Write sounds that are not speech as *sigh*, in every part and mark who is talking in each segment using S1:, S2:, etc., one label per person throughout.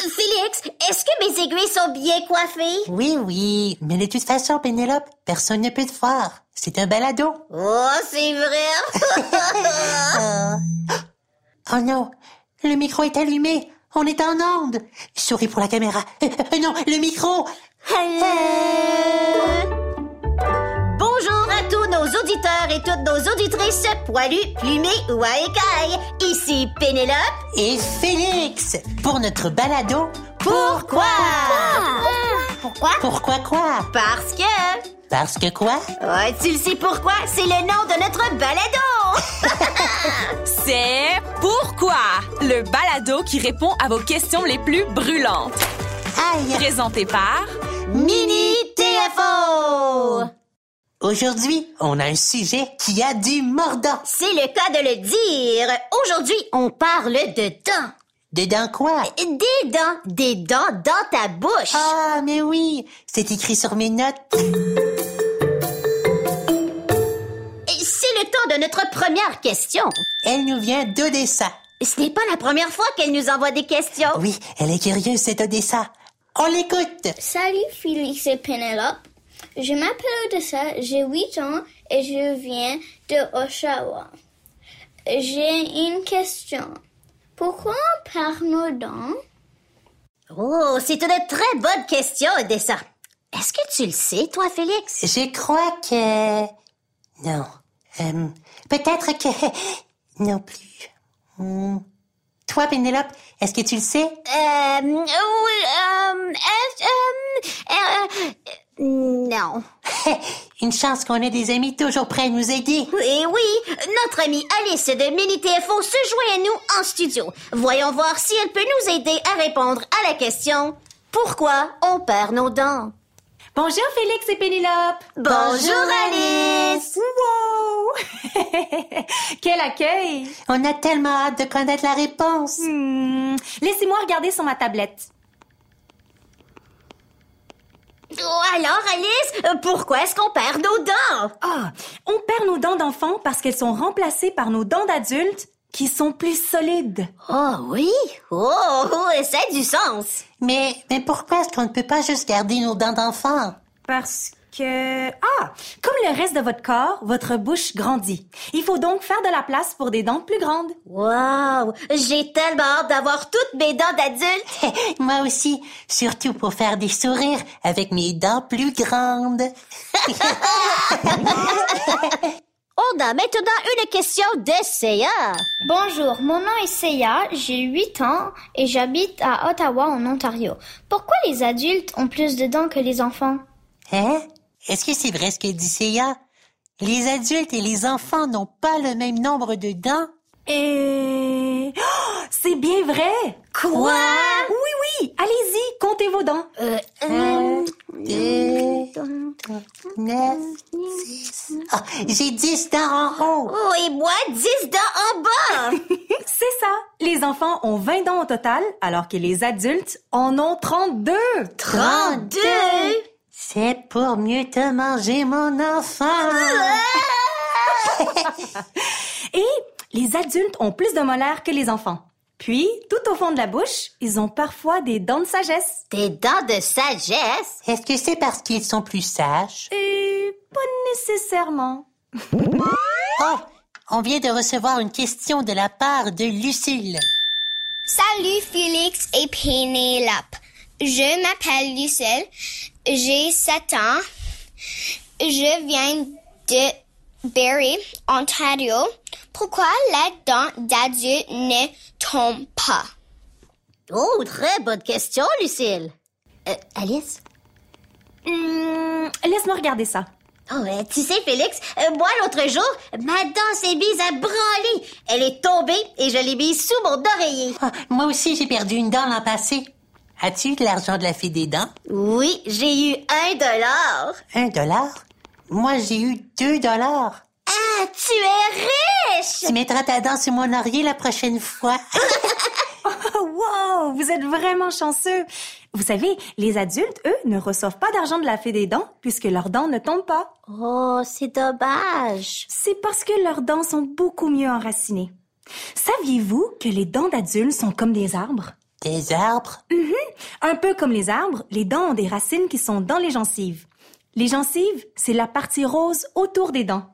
S1: Félix, est-ce que mes aiguilles sont bien coiffées?
S2: Oui, oui, mais de toute façon, Pénélope, personne ne peut te voir. C'est un balado.
S1: Oh, c'est vrai!
S2: Oh non, le micro est allumé. On est en onde. Souris pour la caméra. Euh, euh, non, le micro.
S1: *laughs* Bonjour à tous nos auditeurs et toutes nos auditrices poilues, plumées ou à écailles. Ici Pénélope.
S2: Et Félix, pour notre balado.
S1: Pourquoi? Pourquoi?
S2: Pourquoi quoi?
S1: Parce que...
S2: Parce que quoi?
S1: Ouais, tu le sais pourquoi? C'est le nom de notre balado!
S3: *laughs* C'est Pourquoi? Le balado qui répond à vos questions les plus brûlantes.
S2: Aïe,
S3: Présenté par
S1: Mini TFO!
S2: aujourd'hui, on a un sujet qui a du mordant.
S1: C'est le cas de le dire. Aujourd'hui, on parle de dents.
S2: Dedans quoi?
S1: Des dents. Des dents dans ta bouche.
S2: Ah, mais oui, c'est écrit sur mes notes.
S1: Et C'est le temps de notre première question.
S2: Elle nous vient d'Odessa.
S1: Ce n'est pas la première fois qu'elle nous envoie des questions.
S2: Oui, elle est curieuse, cette Odessa. On l'écoute.
S4: Salut Félix et Pénélope. Je m'appelle Odessa, j'ai 8 ans et je viens de Oshawa. J'ai une question. Pourquoi on perd nos dents
S1: Oh, c'est une très bonne question, Odessa. Est-ce que tu le sais, toi, Félix?
S2: Je crois que... Non. Euh, Peut-être que... Non plus. Hmm. Toi, Pénélope, est-ce que tu le sais? *laughs*
S1: Euh, oui, euh, euh, euh, euh, non.
S2: Une chance qu'on ait des amis toujours prêts à nous aider.
S1: Et oui, notre amie Alice de MiniTFO se joint à nous en studio. Voyons voir si elle peut nous aider à répondre à la question Pourquoi on perd nos dents?
S5: Bonjour Félix et Pénélope.
S1: Bonjour Alice!
S5: Wow! Quel accueil.
S2: On a tellement hâte de connaître la réponse.
S5: Hmm, Laissez-moi regarder sur ma tablette.
S1: Oh, alors Alice, euh, pourquoi est-ce qu'on perd nos dents?
S5: Ah, on perd nos dents d'enfant parce qu'elles sont remplacées par nos dents d'adultes qui sont plus solides.
S1: Oh oui? Oh, oh, ça a du sens!
S2: Mais, mais pourquoi est-ce qu'on ne peut pas juste garder nos dents d'enfant?
S5: Parce que... Ah! Comme le reste de votre corps, votre bouche grandit. Il faut donc faire de la place pour des dents plus grandes.
S1: Wow! J'ai tellement hâte d'avoir toutes mes dents d'adulte!
S2: Moi aussi, surtout pour faire des sourires avec mes dents plus grandes.
S1: On a maintenant une question de CA.
S4: Bonjour, mon nom est Seiya, j'ai 8 ans et j'habite à Ottawa en Ontario. Pourquoi les adultes ont plus de dents que les enfants
S2: Hein? Est-ce que c'est vrai ce que dit Seiya? Les adultes et les enfants n'ont pas le même nombre de dents?
S5: Et... Oh, c'est bien vrai!
S1: Quoi?
S5: Oui, oui! Allez-y, comptez vos dents.
S1: Euh,
S2: Un, deux, neuf, six. Ah, j'ai dix dents en haut.
S1: Oh, et moi, 10 dents en bas!
S5: C'est ça. Les enfants ont 20 dents au total, alors que les adultes en ont 32.
S1: 32!
S2: C'est pour mieux te manger, mon enfant.
S5: Et les adultes ont plus de molaires que les enfants. Puis, tout au fond de la bouche, ils ont parfois des dents de sagesse.
S1: Des dents de sagesse?
S2: Est-ce que c'est parce qu'ils sont plus sages?
S5: Et pas nécessairement.
S2: Oh, on vient de recevoir une question de la part de Lucille.
S6: Salut Félix et Pénélope. Je m'appelle Lucille. J'ai 7 ans. Je viens de Barrie, Ontario. Pourquoi la dent d'adulte ne tombe pas?
S1: Oh, très bonne question, Lucille. Euh, Alice?
S5: Hmm, Laisse-moi regarder ça.
S1: Oh, euh, tu sais, Félix, euh, moi, l'autre jour, ma dent s'est mise à branler. Elle est tombée et je l'ai mise sous mon oreiller.
S2: Ah, moi aussi, j'ai perdu une dent l'an passé. As-tu eu de l'argent de la fée des dents?
S1: Oui, j'ai eu un dollar.
S2: Un dollar? Moi, j'ai eu deux dollars.
S1: Ah, tu es riche!
S2: Tu mettras ta dent sur mon oreiller la prochaine fois.
S5: Oh, wow, vous êtes vraiment chanceux. Vous savez, les adultes, eux, ne reçoivent pas d'argent de la fée des dents puisque leurs dents ne tombent pas.
S1: Oh, c'est dommage.
S5: C'est parce que leurs dents sont beaucoup mieux enracinées. Saviez-vous que les dents d'adultes sont comme des arbres?
S2: Des arbres
S5: Un peu comme les arbres, les dents ont des racines qui sont dans les gencives. Les gencives, c'est la partie rose autour des dents.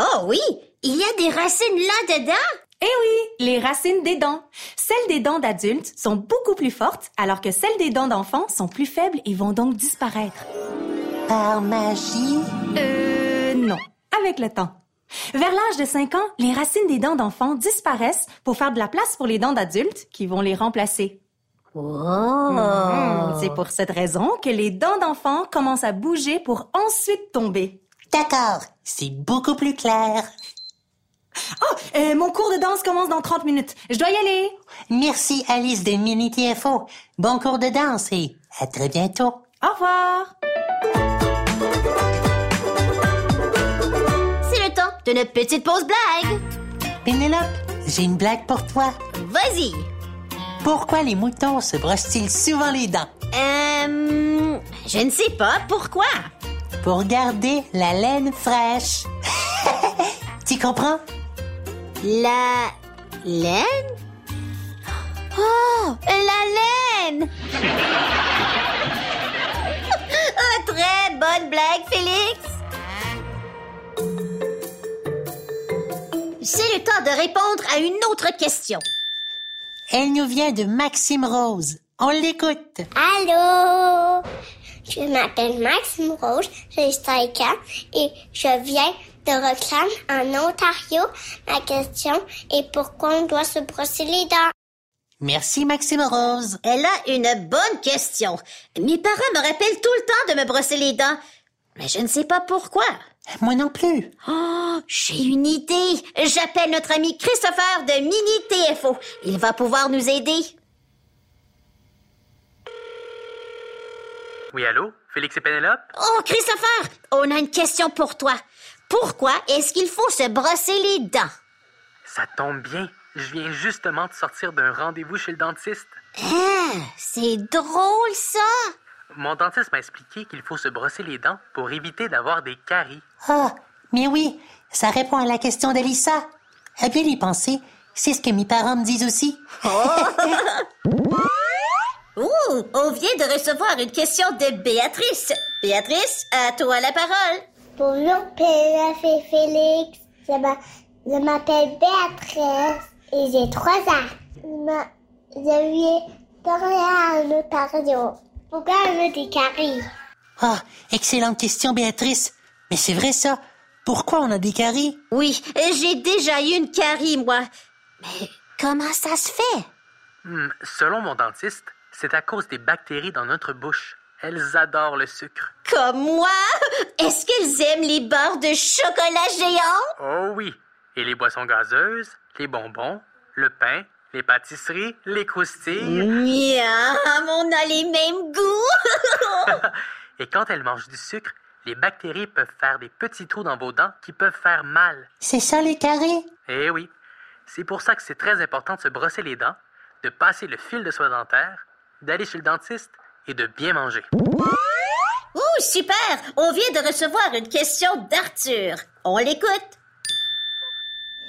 S1: Oh oui, il y a des racines là-dedans?
S5: Eh oui, les racines des dents. Celles des dents d'adultes sont beaucoup plus fortes, alors que celles des dents d'enfants sont plus faibles et vont donc disparaître.
S2: Par magie
S5: Euh, non, avec le temps. Vers l'âge de 5 ans, les racines des dents d'enfants disparaissent pour faire de la place pour les dents d'adultes qui vont les remplacer.
S1: Oh.
S5: Hmm, C'est pour cette raison que les dents d'enfants commencent à bouger pour ensuite tomber.
S2: D'accord, c'est beaucoup plus clair.
S5: Oh, euh, mon cours de danse commence dans 30 minutes. Je dois y aller.
S2: Merci Alice de Minity Info. Bon cours de danse et à très bientôt.
S5: Au revoir.
S1: C'est le temps de notre petite pause blague.
S2: Pénélope, j'ai une blague pour toi.
S1: Vas-y.
S2: Pourquoi les moutons se brossent-ils souvent les dents
S1: Euh, je ne sais pas pourquoi.
S2: Pour garder la laine fraîche. *laughs* tu comprends
S1: La laine? Oh, la laine! *laughs* oh, très bonne blague, Félix! C'est le temps de répondre à une autre question.
S2: Elle nous vient de Maxime Rose. On l'écoute.
S6: Allô Je m'appelle Maxime Rose, j'ai 5 ans et je viens de Rockland en Ontario. Ma question est pourquoi on doit se brosser les dents
S2: Merci Maxime Rose.
S1: Elle a une bonne question. Mes parents me rappellent tout le temps de me brosser les dents, mais je ne sais pas pourquoi.
S2: Moi non plus.
S1: Oh, j'ai une idée. J'appelle notre ami Christopher de Mini TFO. Il va pouvoir nous aider.
S7: Oui, allô? Félix et Pénélope?
S1: Oh, Christopher, on a une question pour toi. Pourquoi est-ce qu'il faut se brosser les dents?
S7: Ça tombe bien. Je viens justement de sortir d'un rendez-vous chez le dentiste.
S1: Ah, c'est drôle, ça.
S7: Mon dentiste m'a expliqué qu'il faut se brosser les dents pour éviter d'avoir des caries.
S2: Ah, mais oui, ça répond à la question d'Elissa. À bien y penser, c'est ce que mes parents me disent aussi.
S1: Oh, on vient de recevoir une question de Béatrice. Béatrice, à toi la parole.
S6: Bonjour Pénélope et Félix. Je m'a- je m'appelle Béatrice et j'ai 3 ans. Je m'a- je viens d'Orléans en Ontario. Pourquoi on a des caries
S2: Ah, excellente question Béatrice. Mais c'est vrai ça. Pourquoi on a des caries
S1: Oui, j'ai déjà eu une carie, moi. Mais comment ça se fait?
S7: Hmm, selon mon dentiste, c'est à cause des bactéries dans notre bouche. Elles adorent le sucre.
S1: Comme moi? Est-ce qu'elles aiment les barres de chocolat géant?
S7: Oh oui! Et les boissons gazeuses, les bonbons, le pain, les pâtisseries, les
S1: Mmh.
S7: croustilles.
S1: Miam, on a les mêmes goûts.
S7: Et quand elles mangent du sucre, les bactéries peuvent faire des petits trous dans vos dents qui peuvent faire mal.
S2: C'est ça les caries
S7: Eh oui, c'est pour ça que c'est très important de se brosser les dents, de passer le fil de soie dentaire, d'aller chez le dentiste et de bien manger.
S1: Ouh, super! On vient de recevoir une question d'Arthur. On l'écoute.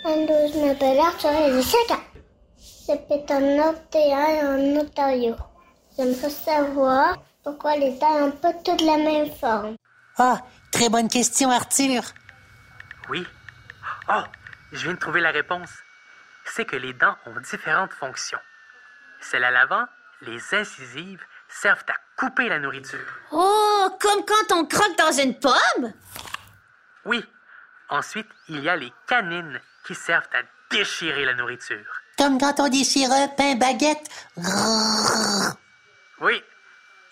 S6: Allô, je m'appelle Arthur et j'ai 5 ans. J'habite en Ontario, en Ontario. J'aimerais savoir pourquoi les dents n'ont pas toutes la même forme.
S2: Ah, très bonne question Arthur.
S7: Oui. Oh, je viens de trouver la réponse. C'est que les dents ont différentes fonctions. Celles à l'avant, les incisives, servent à couper la nourriture.
S1: Oh, comme quand on croque dans une pomme?
S7: Oui. Ensuite, il y a les canines qui servent à déchirer la nourriture.
S2: Comme quand on déchire un pain baguette.
S7: Oui.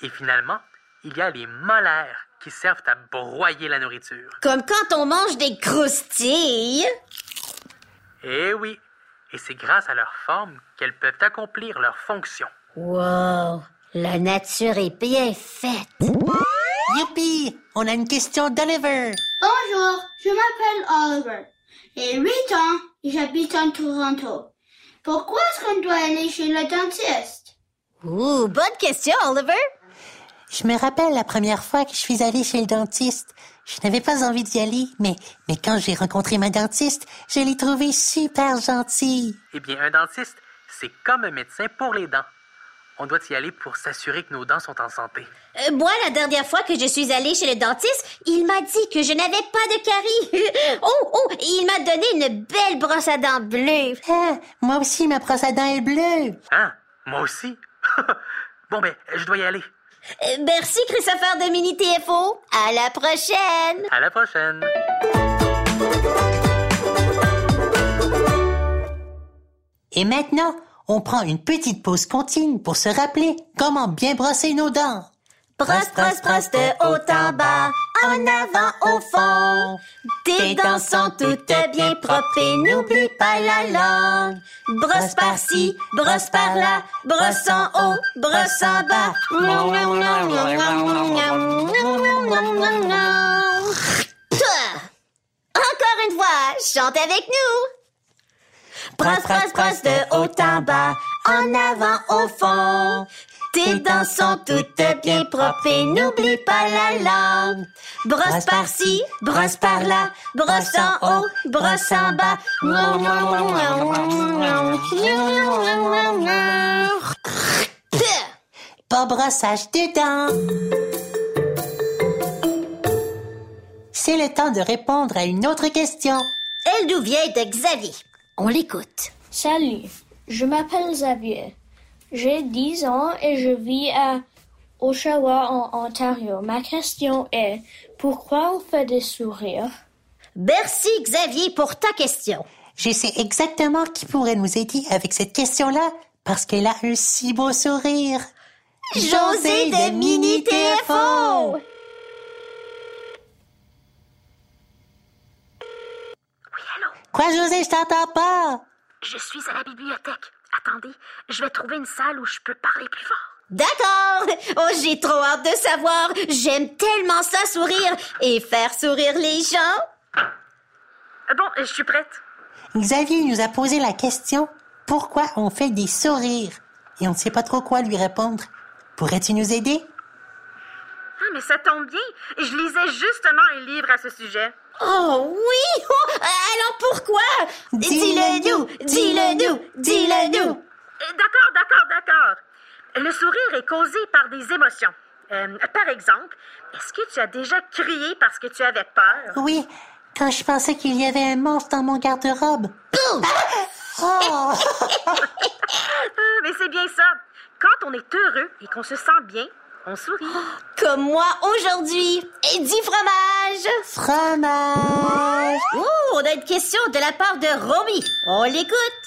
S7: Et finalement, il y a les molaires qui servent à broyer la nourriture.
S1: Comme quand on mange des croustilles?
S7: Eh oui, et c'est grâce à leur forme qu'elles peuvent accomplir leurs fonctions.
S1: Wow, la nature est bien faite.
S2: Youpi, on a une question d'Oliver.
S8: Bonjour, je m'appelle Oliver. J'ai 8 ans et j'habite en Toronto. Pourquoi est-ce qu'on doit aller chez le dentiste
S1: Ouh, bonne question, Oliver.
S2: Je me rappelle la première fois que je suis allée chez le dentiste. Je n'avais pas envie d'y aller, mais, mais quand j'ai rencontré ma dentiste, je l'ai trouvée super gentille.
S7: Eh bien, un dentiste, c'est comme un médecin pour les dents. On doit y aller pour s'assurer que nos dents sont en santé.
S1: Euh, moi, la dernière fois que je suis allée chez le dentiste, il m'a dit que je n'avais pas de caries. *laughs* oh, oh, et il m'a donné une belle brosse à dents bleue.
S2: Ah, moi aussi, ma brosse à dents est bleue.
S7: Hein? Moi aussi? *laughs* bon, ben, je dois y aller.
S1: Euh, merci, Christopher de Mini TFO. À la prochaine.
S7: À la prochaine!
S2: Et maintenant, on prend une petite pause continue pour se rappeler comment bien brosser nos dents.
S1: Brosse, brosse, brosse de haut en bas, en avant, au fond. Tes dents sont toutes bien propres et n'oublie pas la langue. Brosse par-ci, brosse par-là, brosse en haut, brosse en bas. Encore une fois, chante avec nous. Brosse, brosse, brosse de haut en bas, en avant, au fond. Tes dents sont toutes bien propres et n'oublie pas la langue. Brosse par-ci, brosse par-là, brosse en haut, brosse en bas.
S2: Pas brossage de dents. C'est le temps de répondre à une autre question.
S1: Elle nous vient de Xavier. On l'écoute.
S4: Salut, je m'appelle Xavier. J'ai 10 ans et je vis à Oshawa, en Ontario. Ma question est, pourquoi on fait des sourires
S1: Merci Xavier pour ta question.
S2: Je sais exactement qui pourrait nous aider avec cette question-là parce qu'elle a un si beau sourire.
S1: José de Mini TFO.
S2: Quoi, José, je t'entends pas?
S9: Je suis à la bibliothèque. Attendez, je vais trouver une salle où je peux parler plus fort.
S1: D'accord. Oh, j'ai trop hâte de savoir. J'aime tellement ça sourire et faire sourire les gens.
S9: Euh, Bon, je suis prête.
S2: Xavier nous a posé la question pourquoi on fait des sourires et on ne sait pas trop quoi lui répondre. Pourrais-tu nous aider?
S9: Ah, mais ça tombe bien. Je lisais justement un livre à ce sujet.
S1: Oh oui. Oh, alors pourquoi Dis-le-nous, dis-le-nous, dis-le-nous.
S9: Euh, D'accord, d'accord, d'accord. Le sourire est causé par des émotions. Euh, par exemple, est-ce que tu as déjà crié parce que tu avais peur?
S2: Oui, quand je pensais qu'il y avait un monstre dans mon garde-robe. Ah! Oh!
S9: Ah, mais c'est bien ça. Quand on est heureux et qu'on se sent bien, on sourit.
S1: Comme moi aujourd'hui. Et dix fromages.
S2: Fromage!
S1: Oh, on a une question de la part de Romy. On l'écoute.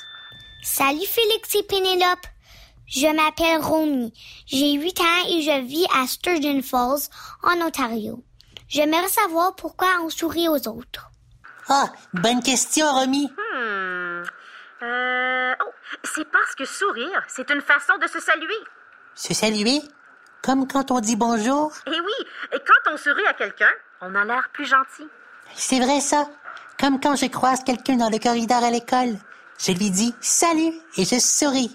S6: Salut Félix et Pénélope. Je m'appelle Romy. J'ai 8 ans et je vis à Sturgeon Falls, en Ontario. J'aimerais savoir pourquoi on sourit aux autres.
S2: Ah, bonne question, Romy.
S9: Hmm. Euh, oh, c'est parce que sourire, c'est une façon de se saluer.
S2: Se saluer? Comme quand on dit bonjour?
S9: Et Eh oui, et quand on sourit à quelqu'un, on a l'air plus gentil.
S2: C'est vrai, ça. Comme quand je croise quelqu'un dans le corridor à l'école. Je lui dis salut et je souris.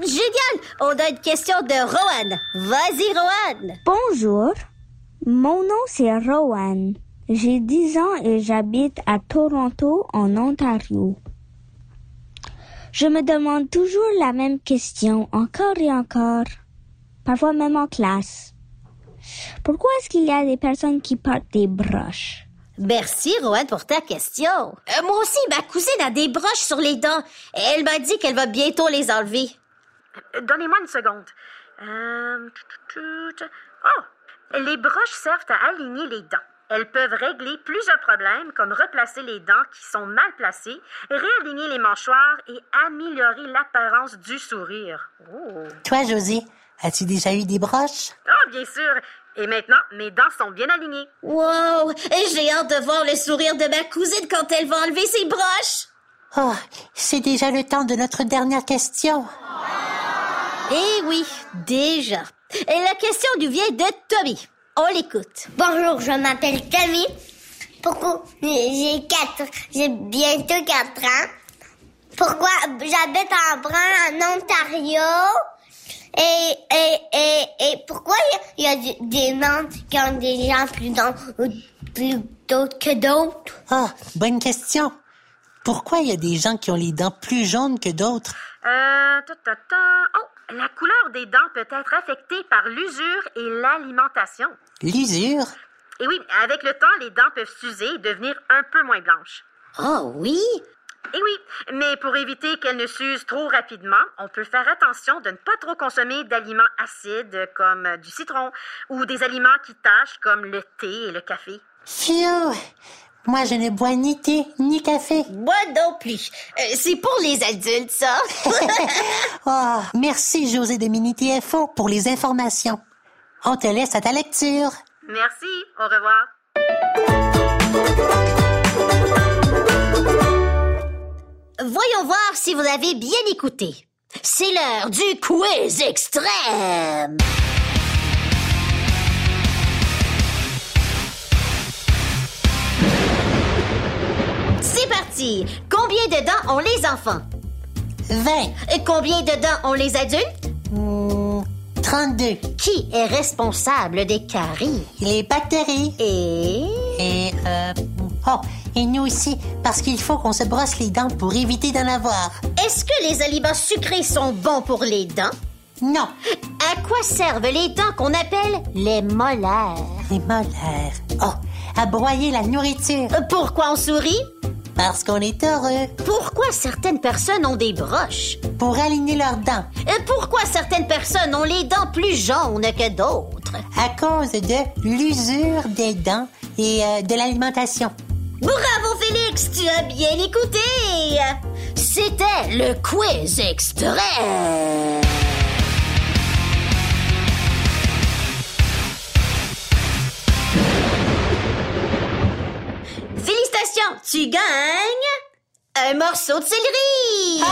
S1: Génial. On a une question de Rohan. Vas-y, Rohan.
S10: Bonjour, mon nom c'est Rowan. J'ai 10 ans et j'habite à Toronto, en Ontario. Je me demande toujours la même question, encore et encore, parfois même en classe. Pourquoi est-ce qu'il y a des personnes qui portent des broches?
S1: Merci, Roanne, pour ta question. Euh, moi aussi, ma cousine a des broches sur les dents. Elle m'a dit qu'elle va bientôt les enlever.
S9: Euh, Donnez-moi une seconde. Euh, tout, tout, tout. Oh! Les broches servent à aligner les dents. Elles peuvent régler plusieurs problèmes, comme replacer les dents qui sont mal placées, réaligner les mâchoires et améliorer l'apparence du sourire. Oh.
S2: Toi, José, as-tu déjà eu des broches?
S9: oh, bien sûr! Et maintenant, mes dents sont bien alignées.
S1: Wow! Et J'ai hâte de voir le sourire de ma cousine quand elle va enlever ses broches.
S2: Oh, c'est déjà le temps de notre dernière question.
S1: Eh oui, déjà. Et la question du vieil de Tommy. On l'écoute.
S6: Bonjour, je m'appelle Camille. Pourquoi j'ai quatre, j'ai bientôt 4 ans. Pourquoi j'habite en Brun, en Ontario. Et, et, et, et pourquoi il y a, il y a du- des gens qui ont des gens plus dents ou plus d'autres que d'autres?
S2: Ah, bonne question. Pourquoi il y a des gens qui ont les dents plus jaunes que d'autres?
S9: Euh, ta, ta, ta. Oh, la couleur des dents peut être affectée par l'usure et l'alimentation.
S2: L'usure
S9: Et oui, avec le temps, les dents peuvent s'user et devenir un peu moins blanches.
S1: Oh oui?
S9: Et Eh oui, mais pour éviter qu'elles ne s'usent trop rapidement, on peut faire attention de ne pas trop consommer d'aliments acides comme du citron ou des aliments qui tâchent comme le thé et le café.
S2: Phew Moi, je ne bois ni thé ni café.
S1: Moi non plus. Euh, c'est pour les adultes, ça.
S2: *laughs*
S1: *laughs*
S2: Oh, merci José de Mini TFO pour les informations. On te laisse à ta lecture.
S9: Merci, au revoir.
S1: Voyons voir si vous avez bien écouté. C'est l'heure du quiz extrême. C'est parti. Combien de dents ont les enfants?
S2: 20,
S1: Et combien de dents ont les adultes?
S2: 32,
S1: Qui est responsable des caries?
S2: les bactéries.
S1: Et...
S2: Et, euh, oh, et nous aussi, parce qu'il faut qu'on se brosse les dents pour éviter d'en avoir.
S1: Est-ce que les aliments sucrés sont bons pour les dents?
S2: Non,
S1: À quoi servent les dents qu'on appelle les molaires?
S2: les molaires. Oh, à broyer la nourriture,
S1: Pourquoi on sourit?
S2: parce qu'on est heureux,
S1: Pourquoi certaines personnes ont des broches?
S2: pour aligner leurs dents,
S1: Et pourquoi certaines personnes ont les dents plus jaunes que d'autres?
S2: à cause de l'usure des dents et euh, de l'alimentation.
S1: Bravo Félix, tu as bien écouté! C'était le quiz extrême! Félicitations, tu gagnes un morceau de céleri!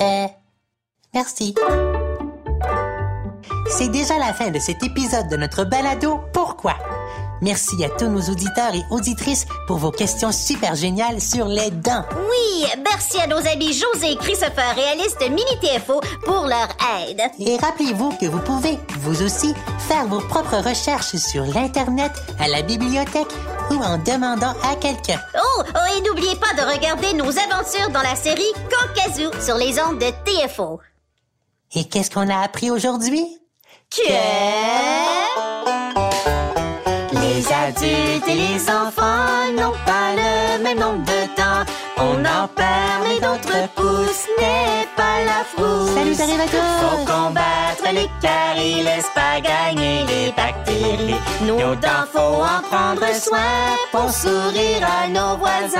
S2: Euh, merci. C'est déjà la fin de cet épisode de notre balado Pourquoi? Merci à tous nos auditeurs et auditrices pour vos questions super géniales sur les dents.
S1: Oui, merci à nos amis José et Christopher, réalistes Mini TFO, pour leur aide.
S2: Et rappelez-vous que vous pouvez, vous aussi, faire vos propres recherches sur l'Internet, à la bibliothèque ou en demandant à quelqu'un.
S1: Oh, oh, et n'oubliez pas de regarder nos aventures dans la série Caucasou sur les ondes de TFO.
S2: Et qu'est-ce qu'on a appris aujourd'hui?
S1: Que...
S2: Les adultes et les enfants n'ont pas le même nombre de temps. On en perd, mais notre pouce n'est pas la frousse. Salut, t'arrives à Faut combattre les caries, laisse pas gagner les bactéries. Nos dents, faut en prendre soin pour sourire à nos voisins.